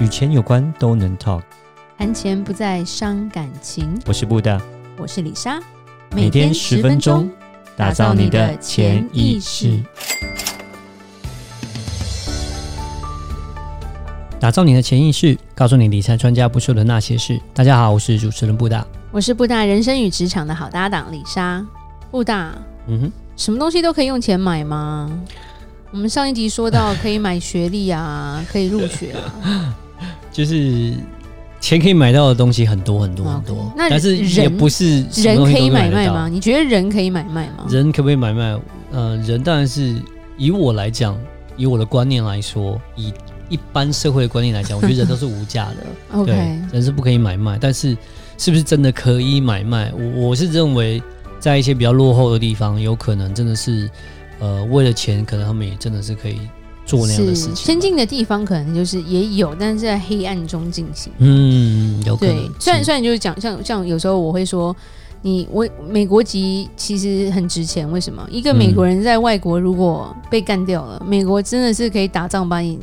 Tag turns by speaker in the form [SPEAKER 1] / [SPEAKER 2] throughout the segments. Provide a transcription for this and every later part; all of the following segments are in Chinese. [SPEAKER 1] 与钱有关都能 talk。
[SPEAKER 2] 谈钱不再伤感情。
[SPEAKER 1] 我是布大，
[SPEAKER 2] 我是李莎，
[SPEAKER 1] 每天十分钟，打造你的潜意识，打造你的潜意识，告诉你理财专家不说的那些事。大家好，我是主持人布大。
[SPEAKER 2] 我是布大人生与职场的好搭档李莎。布大，
[SPEAKER 1] 嗯哼，
[SPEAKER 2] 什么东西都可以用钱买吗？我们上一集说到可以买学历啊， 可以入学 啊，
[SPEAKER 1] 就是钱可以买到的东西很多很多很多
[SPEAKER 2] OK，那
[SPEAKER 1] 但是
[SPEAKER 2] 人
[SPEAKER 1] 也不是什么
[SPEAKER 2] 人
[SPEAKER 1] 东西
[SPEAKER 2] 可
[SPEAKER 1] 都
[SPEAKER 2] 以买
[SPEAKER 1] 得
[SPEAKER 2] 卖
[SPEAKER 1] 到
[SPEAKER 2] 吗？？你觉得人可以买卖吗？
[SPEAKER 1] 人可不可以买卖？呃，人当然是以我来讲，以我的观念来说，以一般社会的观念来讲，我觉得人都是无价 的。对
[SPEAKER 2] OK，，
[SPEAKER 1] 人是不可以买卖，但是是不是真的可以买卖？我我是认为，在一些比较落后的地方，有可能真的是，呃，为了钱，可能他们也真的是可以做那样的事
[SPEAKER 2] 是
[SPEAKER 1] 情。
[SPEAKER 2] 先，进的地方可能就是也有，但是在黑暗中进行。
[SPEAKER 1] 嗯，有可
[SPEAKER 2] 对
[SPEAKER 1] 能，。
[SPEAKER 2] 虽然
[SPEAKER 1] 是
[SPEAKER 2] 虽然就是讲像像有时候我会说，你我美国籍其实很值钱，为什么？一个美
[SPEAKER 1] 嗯
[SPEAKER 2] 国人在外国如果被干掉了，美国真的是可以打仗把你，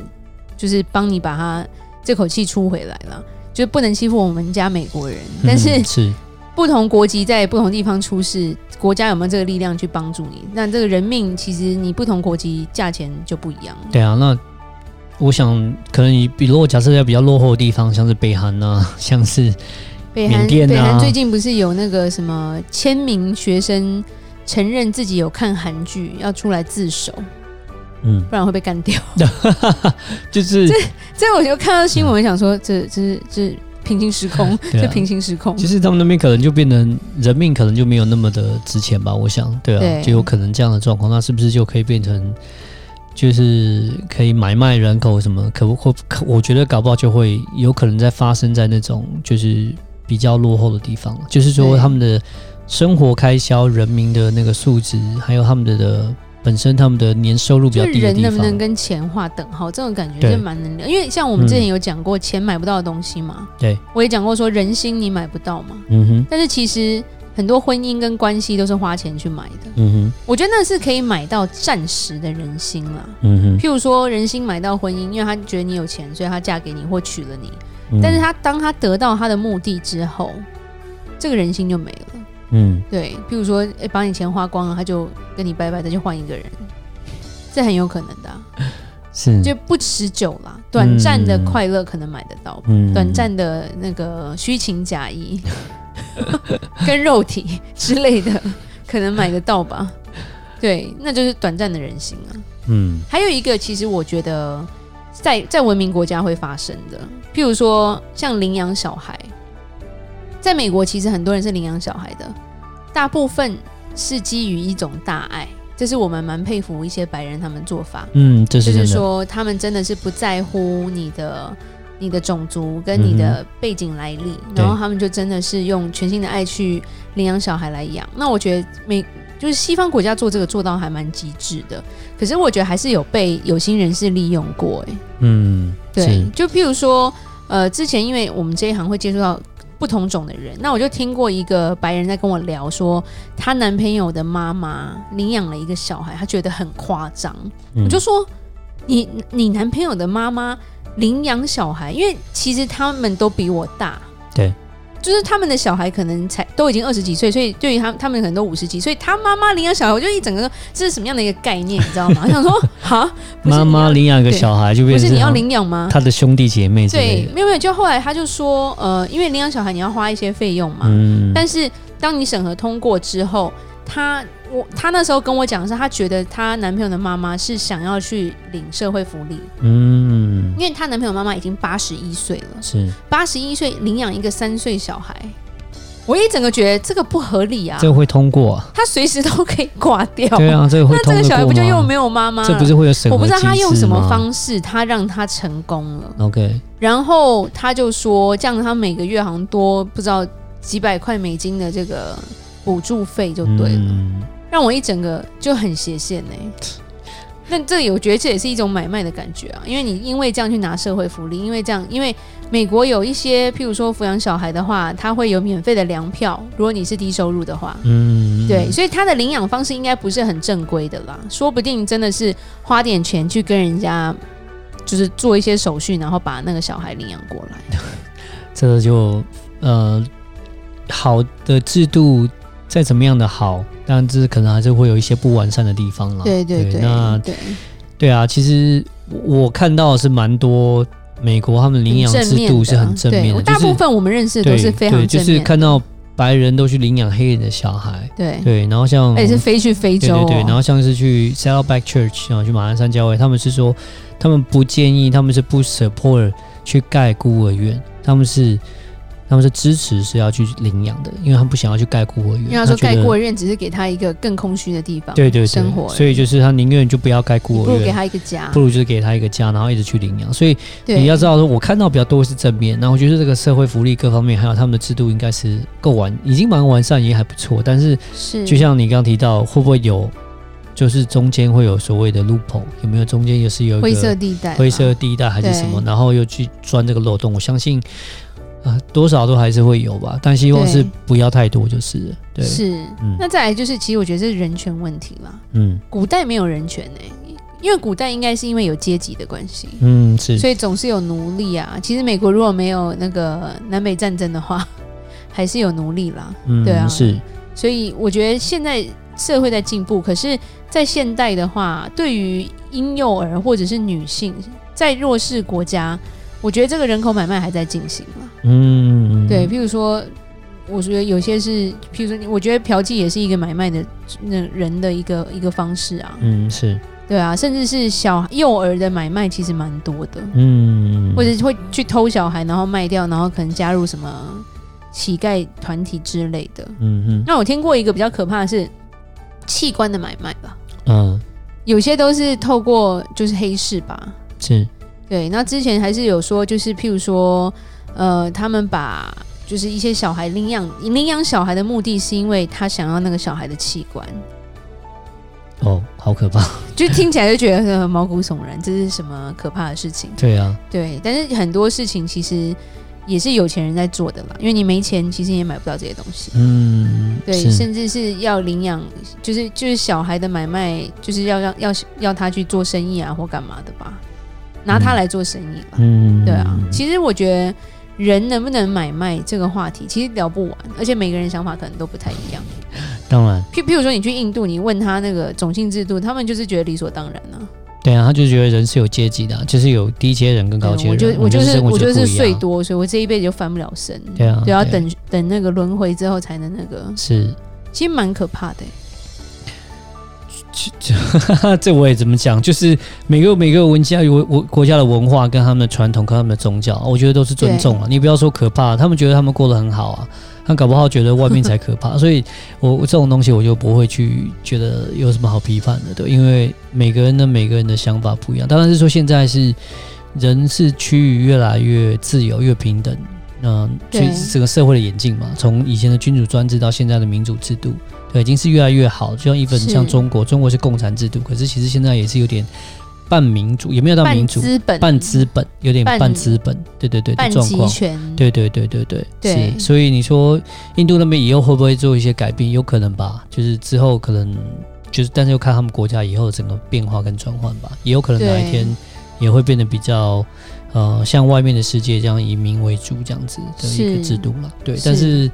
[SPEAKER 2] 就是帮你把他这口气出回来了。就不能欺负我们家 美国人，但是
[SPEAKER 1] 嗯是
[SPEAKER 2] 不同国籍在不同地方出事，国家有没有这个力量去帮助你？那这个人命其实你不同国籍价钱就不一样。
[SPEAKER 1] 对啊，那我想可能你，比如果假设在比较落后的地方，像是北韩啊，像是
[SPEAKER 2] 北
[SPEAKER 1] 缅
[SPEAKER 2] 韩，
[SPEAKER 1] 甸啊
[SPEAKER 2] 北韩最近不是有那个什么千名学生承认自己有看韩剧，要出来自首，
[SPEAKER 1] 嗯，
[SPEAKER 2] 不然会被干掉。
[SPEAKER 1] 就是
[SPEAKER 2] 这我就看到新闻，想说这这这平行时空，
[SPEAKER 1] 对啊
[SPEAKER 2] 这平行时空
[SPEAKER 1] 其。实他们那边可能就变成人命，可能就没有那么的值钱吧。我想，对啊，
[SPEAKER 2] 对
[SPEAKER 1] 就有可能这样的状况，那是不是就可以变成，就是可以买卖人口什么？可不可可？我觉得搞不好就会有可能在发生在那种就是比较落后的地方，就是说
[SPEAKER 2] 对
[SPEAKER 1] 他们的生活开销、人民的那个素质，还有他们的的本身他们的年收入比
[SPEAKER 2] 就
[SPEAKER 1] 较
[SPEAKER 2] 是
[SPEAKER 1] 低的
[SPEAKER 2] 人
[SPEAKER 1] 地
[SPEAKER 2] 能不能
[SPEAKER 1] 方，
[SPEAKER 2] 跟钱划等号，这种感觉
[SPEAKER 1] 对
[SPEAKER 2] 真蛮能聊。因为像我
[SPEAKER 1] 嗯
[SPEAKER 2] 们之前有讲过，钱买不到的东西嘛。
[SPEAKER 1] 对，
[SPEAKER 2] 我也讲过说人心你买不到嘛。
[SPEAKER 1] 嗯哼，
[SPEAKER 2] 但是其实很多婚姻跟关系都是花钱去买的，
[SPEAKER 1] 嗯哼，
[SPEAKER 2] 我觉得那是可以买到暂时的人心啦。
[SPEAKER 1] 嗯
[SPEAKER 2] 譬如说，人心买到婚姻，因为他觉得你有钱，所以他嫁给你或娶了你。
[SPEAKER 1] 嗯哼，
[SPEAKER 2] 但是他当他得到他的目的之后，这个人心就没了。
[SPEAKER 1] 嗯，
[SPEAKER 2] 对，譬如说，诶把你钱花光了，他就跟你拜拜，再去换一个人，这很有可能的啊、
[SPEAKER 1] 嗯是
[SPEAKER 2] 就不持久啦。短暂的快乐可能买得到，
[SPEAKER 1] 嗯
[SPEAKER 2] 短暂的那个虚情假意 跟肉体之类的，可能买得到吧。对，那就是短暂的人心啊。
[SPEAKER 1] 嗯
[SPEAKER 2] 还有一个，其实我觉得在在文明国家会发生的，譬如说像领养小孩，在美国其实很多人是领养小孩的，大部分是基于一种大爱，这是我们蛮佩服一些白人他们做法，
[SPEAKER 1] 嗯，这是
[SPEAKER 2] 就
[SPEAKER 1] 真
[SPEAKER 2] 是
[SPEAKER 1] 的，
[SPEAKER 2] 说他们真的是不在乎你的。你的种族跟你的背景来历，
[SPEAKER 1] 嗯对
[SPEAKER 2] 然后他们就真的是用全新的爱去领养小孩来养。那我觉得美就是西方国家做这个做到还蛮极致的，可是我觉得还是有被有心人士利用过、欸，
[SPEAKER 1] 嗯，
[SPEAKER 2] 对
[SPEAKER 1] 是，
[SPEAKER 2] 就譬如说，呃，之前因为我们这一行会接触到不同种的人，那我就听过一个白人在跟我聊说，她男朋友的妈妈领养了一个小孩，她觉得很夸张，
[SPEAKER 1] 嗯
[SPEAKER 2] 我就说，你你男朋友的妈妈领养小孩，因为其实他们都比我大，
[SPEAKER 1] 对，
[SPEAKER 2] 就是他们的小孩可能才都已经二十几岁，所以对于他他们可能都五十几，所以他妈妈领养小孩，我就一整个这是什么样的一个概念，你知道 吗？我想说，哈，不是
[SPEAKER 1] 妈妈领养一个小孩就
[SPEAKER 2] 不
[SPEAKER 1] 变
[SPEAKER 2] 是
[SPEAKER 1] 成
[SPEAKER 2] 你要
[SPEAKER 1] 他
[SPEAKER 2] 领养吗？
[SPEAKER 1] 他的兄弟姐妹之类
[SPEAKER 2] 对，
[SPEAKER 1] 的，
[SPEAKER 2] 没有没有，就后来他就说，呃，因为领养小孩你要花一些费用嘛，
[SPEAKER 1] 嗯，
[SPEAKER 2] 但是当你审核通过之后，她我她那时候跟我讲的是，她觉得她男朋友的妈妈是想要去领社会福利，
[SPEAKER 1] 嗯
[SPEAKER 2] 因为她男朋友妈妈已经八十一岁了，
[SPEAKER 1] 是
[SPEAKER 2] 八十一岁领养一个三岁小孩，我一整个觉得这个不合理啊
[SPEAKER 1] 这，个会通过啊，
[SPEAKER 2] 她随时都可以挂掉，
[SPEAKER 1] 对啊，这个会
[SPEAKER 2] 那
[SPEAKER 1] 通
[SPEAKER 2] 这
[SPEAKER 1] 得
[SPEAKER 2] 个小孩不就又
[SPEAKER 1] 过吗？
[SPEAKER 2] 没有妈妈
[SPEAKER 1] 这
[SPEAKER 2] 了
[SPEAKER 1] 不？是会有审
[SPEAKER 2] 我
[SPEAKER 1] 核
[SPEAKER 2] 不
[SPEAKER 1] 机
[SPEAKER 2] 知
[SPEAKER 1] 制
[SPEAKER 2] 道
[SPEAKER 1] 吗？
[SPEAKER 2] 她用什么方式，她让她成功了。
[SPEAKER 1] OK，
[SPEAKER 2] 然后他就说，这样他每个月好像多不知道几百块美金的这个补助费就对了，
[SPEAKER 1] 嗯
[SPEAKER 2] 让我一整个就很斜线呢、那这也我觉得这也是一种买卖的感觉啊，因为你因为这样去拿社会福利，因为这样，因为美国有一些，譬如说抚养小孩的话，他会有免费的粮票，如果你是低收入的话，
[SPEAKER 1] 嗯，
[SPEAKER 2] 对，所以他的领养方式应该不是很正规的啦，说不定真的是花点钱去跟人家就是做一些手续，然后把那个小孩领养过来。
[SPEAKER 1] 这个就呃，好的制度再怎么样的好，但这可能还是会有一些不完善的地方啦。
[SPEAKER 2] 对对对，
[SPEAKER 1] 那
[SPEAKER 2] 对
[SPEAKER 1] 对啊，其实我我看到的是蛮多美国他们领养
[SPEAKER 2] 很正
[SPEAKER 1] 制
[SPEAKER 2] 面的
[SPEAKER 1] 度是很正面的，
[SPEAKER 2] 对大
[SPEAKER 1] 就是
[SPEAKER 2] 部分我们认识的都是非常
[SPEAKER 1] 对，
[SPEAKER 2] 正
[SPEAKER 1] 就
[SPEAKER 2] 面的，
[SPEAKER 1] 是看到白人都去领养黑人的小孩，
[SPEAKER 2] 对，
[SPEAKER 1] 对，然后像
[SPEAKER 2] 而且是飞去非
[SPEAKER 1] 对
[SPEAKER 2] 洲、
[SPEAKER 1] 对
[SPEAKER 2] 哦，
[SPEAKER 1] 对，然后像是去 Saddleback Church，然后去马鞍山教会，他们是说他们不建议，他们是不 support 去盖孤儿院，他们是他们是支持是要去领养的，因为他们不想要去盖孤儿院，
[SPEAKER 2] 因为他说
[SPEAKER 1] 觉
[SPEAKER 2] 盖
[SPEAKER 1] 得
[SPEAKER 2] 孤儿院只是给他一个更空虚的地方，
[SPEAKER 1] 对对对
[SPEAKER 2] 生活而已
[SPEAKER 1] 所以就是他宁愿就不要盖孤
[SPEAKER 2] 你不
[SPEAKER 1] 儿
[SPEAKER 2] 如给
[SPEAKER 1] 院。
[SPEAKER 2] 他一个家
[SPEAKER 1] 不。如就是给他一个家，然后一直去领养。所以
[SPEAKER 2] 啊对，
[SPEAKER 1] 你要知道说，我看到比较多是正面，然后我觉得这个社会福利各方面，还有他们的制度应该是够完，已经蛮完善，也还不错。但是
[SPEAKER 2] 是
[SPEAKER 1] 就像你刚刚提到，会不会有，就是中间会有所谓的 loophole，有没有中间也是有一个
[SPEAKER 2] 灰色地带嘛，啊
[SPEAKER 1] 灰色地带还是什么，
[SPEAKER 2] 对
[SPEAKER 1] 然后又去钻这个漏洞？我相信啊、多少都还是会有吧，但希望是
[SPEAKER 2] 对
[SPEAKER 1] 不要太多就是了。对，
[SPEAKER 2] 是。
[SPEAKER 1] 嗯
[SPEAKER 2] 那再来就是，其实我觉得是人权问题啦。
[SPEAKER 1] 嗯
[SPEAKER 2] 古代没有人权呢、因为古代应该是因为有阶级的关系，
[SPEAKER 1] 嗯，是
[SPEAKER 2] 所以总是有奴隶啊。其实美国如果没有那个南北战争的话， 还是有奴隶啦。
[SPEAKER 1] 嗯
[SPEAKER 2] 对啊
[SPEAKER 1] 是
[SPEAKER 2] 所以我觉得现在社会在进步，可是，在现代的话，对于婴幼儿或者是女性，在弱势国家，我觉得这个人口买卖还在进行嘛。
[SPEAKER 1] 嗯
[SPEAKER 2] 对，譬如说，我觉得有些是，譬如说你，我觉得嫖妓也是一个买卖的那人的一个一个方式啊。
[SPEAKER 1] 嗯是
[SPEAKER 2] 对啊，甚至是小幼儿的买卖其实蛮多的，
[SPEAKER 1] 嗯，
[SPEAKER 2] 或者会去偷小孩，然后卖掉，然后可能加入什么乞丐团体之类的。
[SPEAKER 1] 嗯嗯
[SPEAKER 2] 那我听过一个比较可怕的是器官的买卖吧，
[SPEAKER 1] 嗯
[SPEAKER 2] 有些都是透过就是黑市吧。
[SPEAKER 1] 是
[SPEAKER 2] 对，那之前还是有说，就是譬如说，呃，他们把就是一些小孩领养，领养小孩的目的是因为他想要那个小孩的器官，
[SPEAKER 1] 哦，好可 怕。
[SPEAKER 2] 就听起来就觉得呃毛骨悚然，这是什么可怕的事情？
[SPEAKER 1] 对啊，
[SPEAKER 2] 对，但是很多事情其实也是有钱人在做的啦，因为你没钱，其实也买不到这些东西。
[SPEAKER 1] 嗯
[SPEAKER 2] 对，
[SPEAKER 1] 是
[SPEAKER 2] 甚至是要领养，就是就是小孩的买卖，就是要让要要他去做生意啊，或干嘛的吧，拿他
[SPEAKER 1] 嗯
[SPEAKER 2] 来做生意吧。
[SPEAKER 1] 嗯
[SPEAKER 2] 对啊，其实我觉得人能不能买卖这个话题，其实聊不完，而且每个人想法可能都不太一样。
[SPEAKER 1] 当然。
[SPEAKER 2] 譬譬如说，你去印度，你问他那个种姓制度，他们就是觉得理所当然啊。
[SPEAKER 1] 对啊，他就觉得人是有阶级的啊、就是有低阶人跟高阶
[SPEAKER 2] 我
[SPEAKER 1] 人。
[SPEAKER 2] 就我
[SPEAKER 1] 们
[SPEAKER 2] 就是
[SPEAKER 1] 生活
[SPEAKER 2] 我
[SPEAKER 1] 就
[SPEAKER 2] 就是
[SPEAKER 1] 不一样
[SPEAKER 2] 税多，所以我这一辈子就翻不了身。
[SPEAKER 1] 对啊
[SPEAKER 2] 对，要
[SPEAKER 1] 对
[SPEAKER 2] 等等那个轮回之后才能那个，
[SPEAKER 1] 是，
[SPEAKER 2] 其实蛮可怕的欸、
[SPEAKER 1] 这我也怎么讲？就是每个每个文家有我国家的文化跟他们的传统跟他们的宗教，我觉得都是尊重啊。你不要说可怕，他们觉得他们过得很好啊，他搞不好觉得外面才可怕。所以我，我这种东西我就不会去觉得有什么好批判的，对，因为每个人的每个人的想法不一样。当然是说现在是人是趋于越来越自由、越平等。嗯，所以
[SPEAKER 2] 对
[SPEAKER 1] 整个社会的演进嘛，从以前的君主专制到现在的民主制度，对，已经是越来越好。就像一本
[SPEAKER 2] 是
[SPEAKER 1] 像中国，中国是共产制度，可是其实现在也是有点半民主，也没有到民
[SPEAKER 2] 半
[SPEAKER 1] 主，
[SPEAKER 2] 资本、
[SPEAKER 1] 半资本，有点
[SPEAKER 2] 半
[SPEAKER 1] 半资本，对对对的
[SPEAKER 2] 半
[SPEAKER 1] 状
[SPEAKER 2] 集
[SPEAKER 1] 况。
[SPEAKER 2] 权，
[SPEAKER 1] 对对对对对，
[SPEAKER 2] 对
[SPEAKER 1] 是。所以你说印度那边以后会不会做一些改变？有可能吧，就是之后可能就是，但是又看他们国家以后整个变化跟转换吧，也有可能哪一
[SPEAKER 2] 对
[SPEAKER 1] 天也会变得比较呃，像外面的世界这样以民为主这样子的一
[SPEAKER 2] 是
[SPEAKER 1] 个制度了。对，
[SPEAKER 2] 是
[SPEAKER 1] 但是。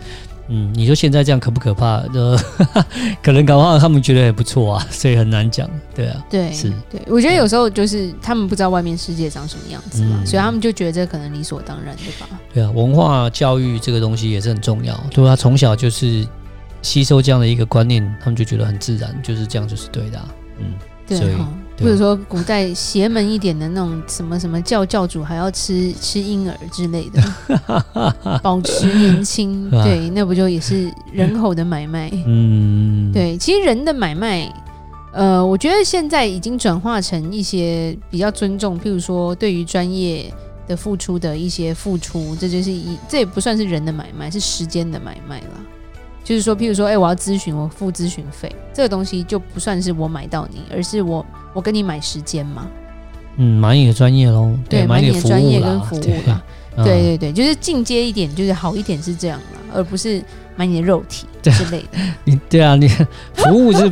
[SPEAKER 1] 嗯，你说现在这样可不可怕？呃， 可能搞不好他们觉得也不错啊，所以很难讲。对啊，
[SPEAKER 2] 对，
[SPEAKER 1] 是
[SPEAKER 2] 对，我觉得有时候就是他们不知道外面世界长什么样子嘛，
[SPEAKER 1] 嗯
[SPEAKER 2] 所以他们就觉得这可能理所当然，对吧？
[SPEAKER 1] 对啊，文化教育这个东西也是很重要，对吧、他从小就是吸收这样的一个观念，他们就觉得很自然，就是这样就是对的啊、嗯，
[SPEAKER 2] 对
[SPEAKER 1] 所以
[SPEAKER 2] 哈，
[SPEAKER 1] 对
[SPEAKER 2] 或者说古代邪门一点的那种什么什么教教主还要吃吃婴儿之类的， 保持年轻，
[SPEAKER 1] 啊
[SPEAKER 2] 对，那不就也是人口的买卖？
[SPEAKER 1] 嗯，，
[SPEAKER 2] 对，其实人的买卖，呃，我觉得现在已经转化成一些比较尊重，譬如说对于专业的付出的一些付出，这就是一这也不算是人的买卖，是时间的买卖啦。就是说，譬如说，哎、我要咨询，我付咨询费，这个东西就不算是我买到你，而是我我跟你买时间嘛，
[SPEAKER 1] 嗯，买你的专业喽，
[SPEAKER 2] 买
[SPEAKER 1] 买
[SPEAKER 2] 你
[SPEAKER 1] 的
[SPEAKER 2] 的
[SPEAKER 1] 服
[SPEAKER 2] 专
[SPEAKER 1] 务
[SPEAKER 2] 业跟
[SPEAKER 1] 啦
[SPEAKER 2] 服，
[SPEAKER 1] 对
[SPEAKER 2] 务啦，，
[SPEAKER 1] 嗯
[SPEAKER 2] 对对对，就是进阶一点，就是好一点是这样啦，而不是买你的肉体之类的。
[SPEAKER 1] 你对啊，你 服务是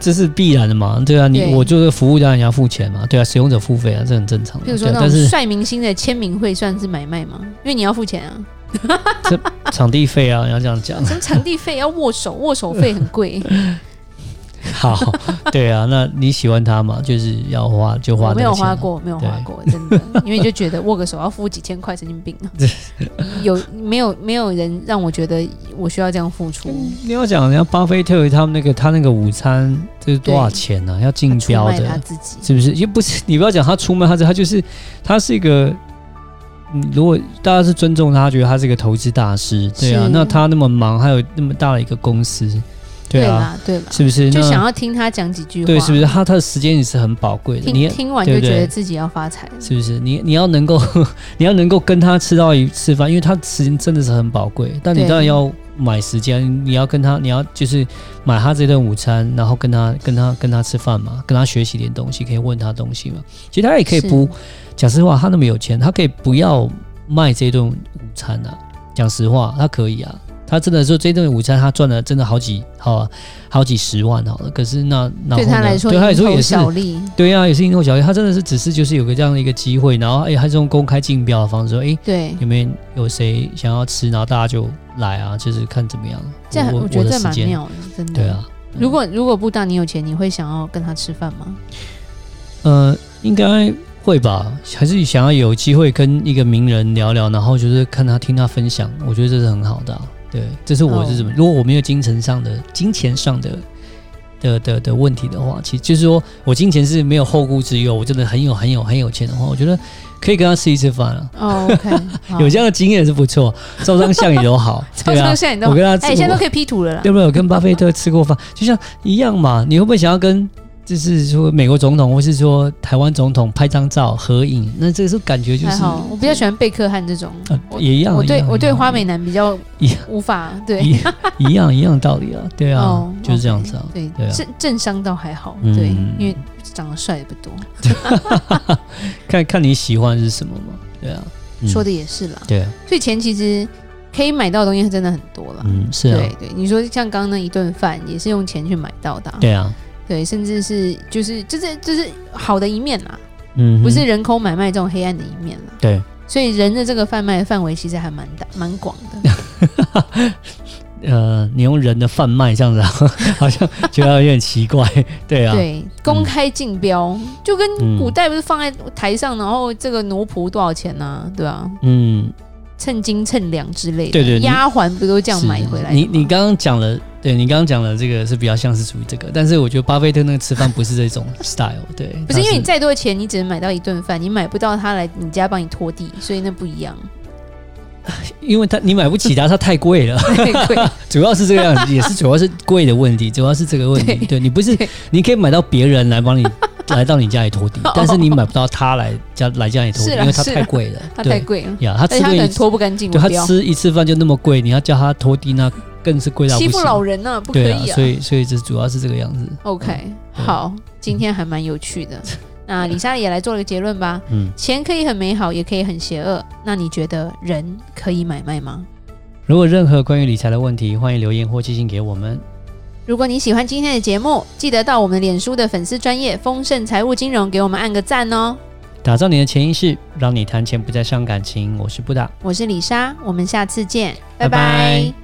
[SPEAKER 1] 这是必然的嘛？对啊，你
[SPEAKER 2] 对
[SPEAKER 1] 我就是服务当然要付钱嘛，对啊，使用者付费啊，这很正常的。
[SPEAKER 2] 譬如说
[SPEAKER 1] 对啊
[SPEAKER 2] 那
[SPEAKER 1] 但
[SPEAKER 2] 种
[SPEAKER 1] 是
[SPEAKER 2] 帅明星的签名会算是买卖吗？因为你要付钱啊，
[SPEAKER 1] 场地费啊，你要这样讲。
[SPEAKER 2] 什么场地费要握手，握手费很 贵，
[SPEAKER 1] 好，对啊，那你喜欢他嘛？就是要花就花
[SPEAKER 2] 我
[SPEAKER 1] 那个
[SPEAKER 2] 没有
[SPEAKER 1] 钱
[SPEAKER 2] 花
[SPEAKER 1] 啊。
[SPEAKER 2] 过，没有
[SPEAKER 1] 对
[SPEAKER 2] 花过，真的，因为就觉得握个手要付几千块，神经病啊！有没有没有人让我觉得我需要这样付出？
[SPEAKER 1] 你要讲人家巴菲特他们那个他那个午餐这是多少钱呢、啊？要竞
[SPEAKER 2] 出
[SPEAKER 1] 标
[SPEAKER 2] 卖他
[SPEAKER 1] 的，
[SPEAKER 2] 自己，
[SPEAKER 1] 是不是？也不是你不要讲他出卖他，他就是他是一个，嗯如果大家是尊重他，觉得他是一个投资大师，对啊
[SPEAKER 2] 是，
[SPEAKER 1] 那他那么忙，还有那么大的一个公司，对啊，
[SPEAKER 2] 啦，对啦，
[SPEAKER 1] 是不是？
[SPEAKER 2] 就
[SPEAKER 1] 那
[SPEAKER 2] 想要听他讲几句话，
[SPEAKER 1] 对，是不是？他他的时间也是很宝贵的，你
[SPEAKER 2] 听
[SPEAKER 1] 也
[SPEAKER 2] 听完
[SPEAKER 1] 对
[SPEAKER 2] 就
[SPEAKER 1] 不
[SPEAKER 2] 觉
[SPEAKER 1] 对
[SPEAKER 2] 得自己要发财了，
[SPEAKER 1] 是不是？你你要能够 你要能够跟他吃到一次饭，因为他时间真的是很宝贵。但你
[SPEAKER 2] 对
[SPEAKER 1] 当然要买时间，你要跟他，你要就是买他这顿午餐，然后跟他跟他跟他吃饭嘛，跟他学习点东西，可以问他东西嘛。其实他也可以
[SPEAKER 2] 是
[SPEAKER 1] 不，讲实话，他那么有钱，他可以不要卖这顿午餐啊。讲实话，他可以啊。他真的说这顿午餐他赚了真的好几好、啊、好几十万好了，可是那那
[SPEAKER 2] 对他来说
[SPEAKER 1] 对他来
[SPEAKER 2] 蝇
[SPEAKER 1] 说
[SPEAKER 2] 头
[SPEAKER 1] 也是
[SPEAKER 2] 小利，
[SPEAKER 1] 对呀、也是蝇头小利。他真的是只是就是有个这样的一个机会，然后哎，他是用公开竞标的方式说，哎，
[SPEAKER 2] 对，
[SPEAKER 1] 有没有有谁想要吃，然后大家就来啊，就是看怎么样。
[SPEAKER 2] 这样
[SPEAKER 1] 我
[SPEAKER 2] 我觉得
[SPEAKER 1] 的
[SPEAKER 2] 这
[SPEAKER 1] 时
[SPEAKER 2] 蛮
[SPEAKER 1] 间，
[SPEAKER 2] 妙的，真的。
[SPEAKER 1] 对，啊，
[SPEAKER 2] 如果如果布大你有钱，你会想要跟他吃饭吗？
[SPEAKER 1] 呃，应该会吧，还是想要有机会跟一个名人聊聊，然后就是看他听他分享，我觉得这是很好的啊、对，这是我
[SPEAKER 2] 哦
[SPEAKER 1] 是怎么，如果我没有金钱上的金钱上的。的的的问题的话，其实就是说我金钱是没有后顾之忧，我真的很有很有很有钱的话，我觉得可以跟他吃一次饭啊。
[SPEAKER 2] 哦，OK，好，
[SPEAKER 1] 有这样的经验是不错，照张相也都好
[SPEAKER 2] 超
[SPEAKER 1] 对啊
[SPEAKER 2] 超，现在你
[SPEAKER 1] 我
[SPEAKER 2] 都
[SPEAKER 1] 跟他吃
[SPEAKER 2] 哎，现在
[SPEAKER 1] 过
[SPEAKER 2] 都可以 P 图了啦
[SPEAKER 1] 对。不对？我跟巴菲特吃过饭，就像一样嘛。你会不会想要跟，就是说美国总统或是说台湾总统拍张照合影？那这是感觉就
[SPEAKER 2] 还
[SPEAKER 1] 是
[SPEAKER 2] 好，我比较喜欢贝克汉这种。
[SPEAKER 1] 呃也一样。
[SPEAKER 2] 我对
[SPEAKER 1] 一样
[SPEAKER 2] 我对花美
[SPEAKER 1] 一
[SPEAKER 2] 男比较
[SPEAKER 1] 一样
[SPEAKER 2] 无法对哦
[SPEAKER 1] 一一样一样道 理啊，对啊，就是这样子啊。
[SPEAKER 2] 对
[SPEAKER 1] 对啊
[SPEAKER 2] 政政商倒还好，
[SPEAKER 1] 嗯
[SPEAKER 2] 对，因为长得帅的不多，
[SPEAKER 1] 看看你喜欢是什么嘛，对啊。嗯
[SPEAKER 2] 说的也是啦。
[SPEAKER 1] 对啊，
[SPEAKER 2] 所以钱其实可以买到的东西真的很多啦。
[SPEAKER 1] 嗯，是啊
[SPEAKER 2] 对，对，你说像刚刚那一顿饭也是用钱去买到的啊，
[SPEAKER 1] 对啊，
[SPEAKER 2] 对，甚至是就是就是就是好的一面啦，
[SPEAKER 1] 嗯哼，
[SPEAKER 2] 不是人口买卖这种黑暗的一面啦。
[SPEAKER 1] 对，
[SPEAKER 2] 所以人的这个贩卖的范围其实还蛮大蛮广 的，
[SPEAKER 1] 啊呃，你用人的贩卖这样子啊， 好像觉得有点奇怪，对啊，
[SPEAKER 2] 对，公开竞标就跟
[SPEAKER 1] 嗯
[SPEAKER 2] 古代不是放在台上，然后这个奴仆多少钱呢、对吧、
[SPEAKER 1] 嗯，
[SPEAKER 2] 称斤称两之类的，
[SPEAKER 1] 对对你
[SPEAKER 2] 丫鬟不都这样买回
[SPEAKER 1] 是
[SPEAKER 2] 来的吗？
[SPEAKER 1] 你你刚刚讲了，对你刚刚讲了这个是比较像是属于这个，但是我觉得巴菲特那个吃饭不是这种 style，对，
[SPEAKER 2] 不是
[SPEAKER 1] 他
[SPEAKER 2] 因为你再多的钱，你只能买到一顿饭，你买不到他来你家帮你拖地，所以那不 一样。
[SPEAKER 1] 因为他你买不起它，它太贵了，
[SPEAKER 2] 对
[SPEAKER 1] 主要是这个样子，也是主要是贵的问题，主要是这个问题，
[SPEAKER 2] 对
[SPEAKER 1] 对你不 是
[SPEAKER 2] 对
[SPEAKER 1] 你可以买到别人来帮你来到你家里 拖地
[SPEAKER 2] 哦，
[SPEAKER 1] 但是你买不到他来家来家里拖地，
[SPEAKER 2] 是啦啊
[SPEAKER 1] 因为它
[SPEAKER 2] 是啦
[SPEAKER 1] 太贵了，
[SPEAKER 2] 他太
[SPEAKER 1] 对
[SPEAKER 2] 贵了，
[SPEAKER 1] 呀，他
[SPEAKER 2] 而且
[SPEAKER 1] 吃
[SPEAKER 2] 他可
[SPEAKER 1] 个一
[SPEAKER 2] 能
[SPEAKER 1] 次，
[SPEAKER 2] 拖不干净，
[SPEAKER 1] 对
[SPEAKER 2] 我
[SPEAKER 1] 他
[SPEAKER 2] 不要
[SPEAKER 1] 吃一次饭就那么贵，你要叫他拖地那更是贵到
[SPEAKER 2] 欺
[SPEAKER 1] 不
[SPEAKER 2] 负
[SPEAKER 1] 行，
[SPEAKER 2] 老人呢、不可
[SPEAKER 1] 对
[SPEAKER 2] 以
[SPEAKER 1] 啊，所以所以这主要是这个样子，
[SPEAKER 2] OK，
[SPEAKER 1] 对
[SPEAKER 2] 好，今天还蛮有趣 的。那李莎也来做了个结论吧。
[SPEAKER 1] 嗯。
[SPEAKER 2] 钱可以很美好，也可以很邪恶。那你觉得人可以买卖吗？
[SPEAKER 1] 如果任何关于理财的问题，欢迎留言或寄信给我们。
[SPEAKER 2] 如果你喜欢今天的节目，记得到我们的脸书的粉丝专业丰盛财务金融给我们按个赞哦。
[SPEAKER 1] 打造你的潜意识，让你谈钱不再伤感情。我是布达。
[SPEAKER 2] 我是李莎，我们下次见，
[SPEAKER 1] 拜
[SPEAKER 2] 拜拜
[SPEAKER 1] 拜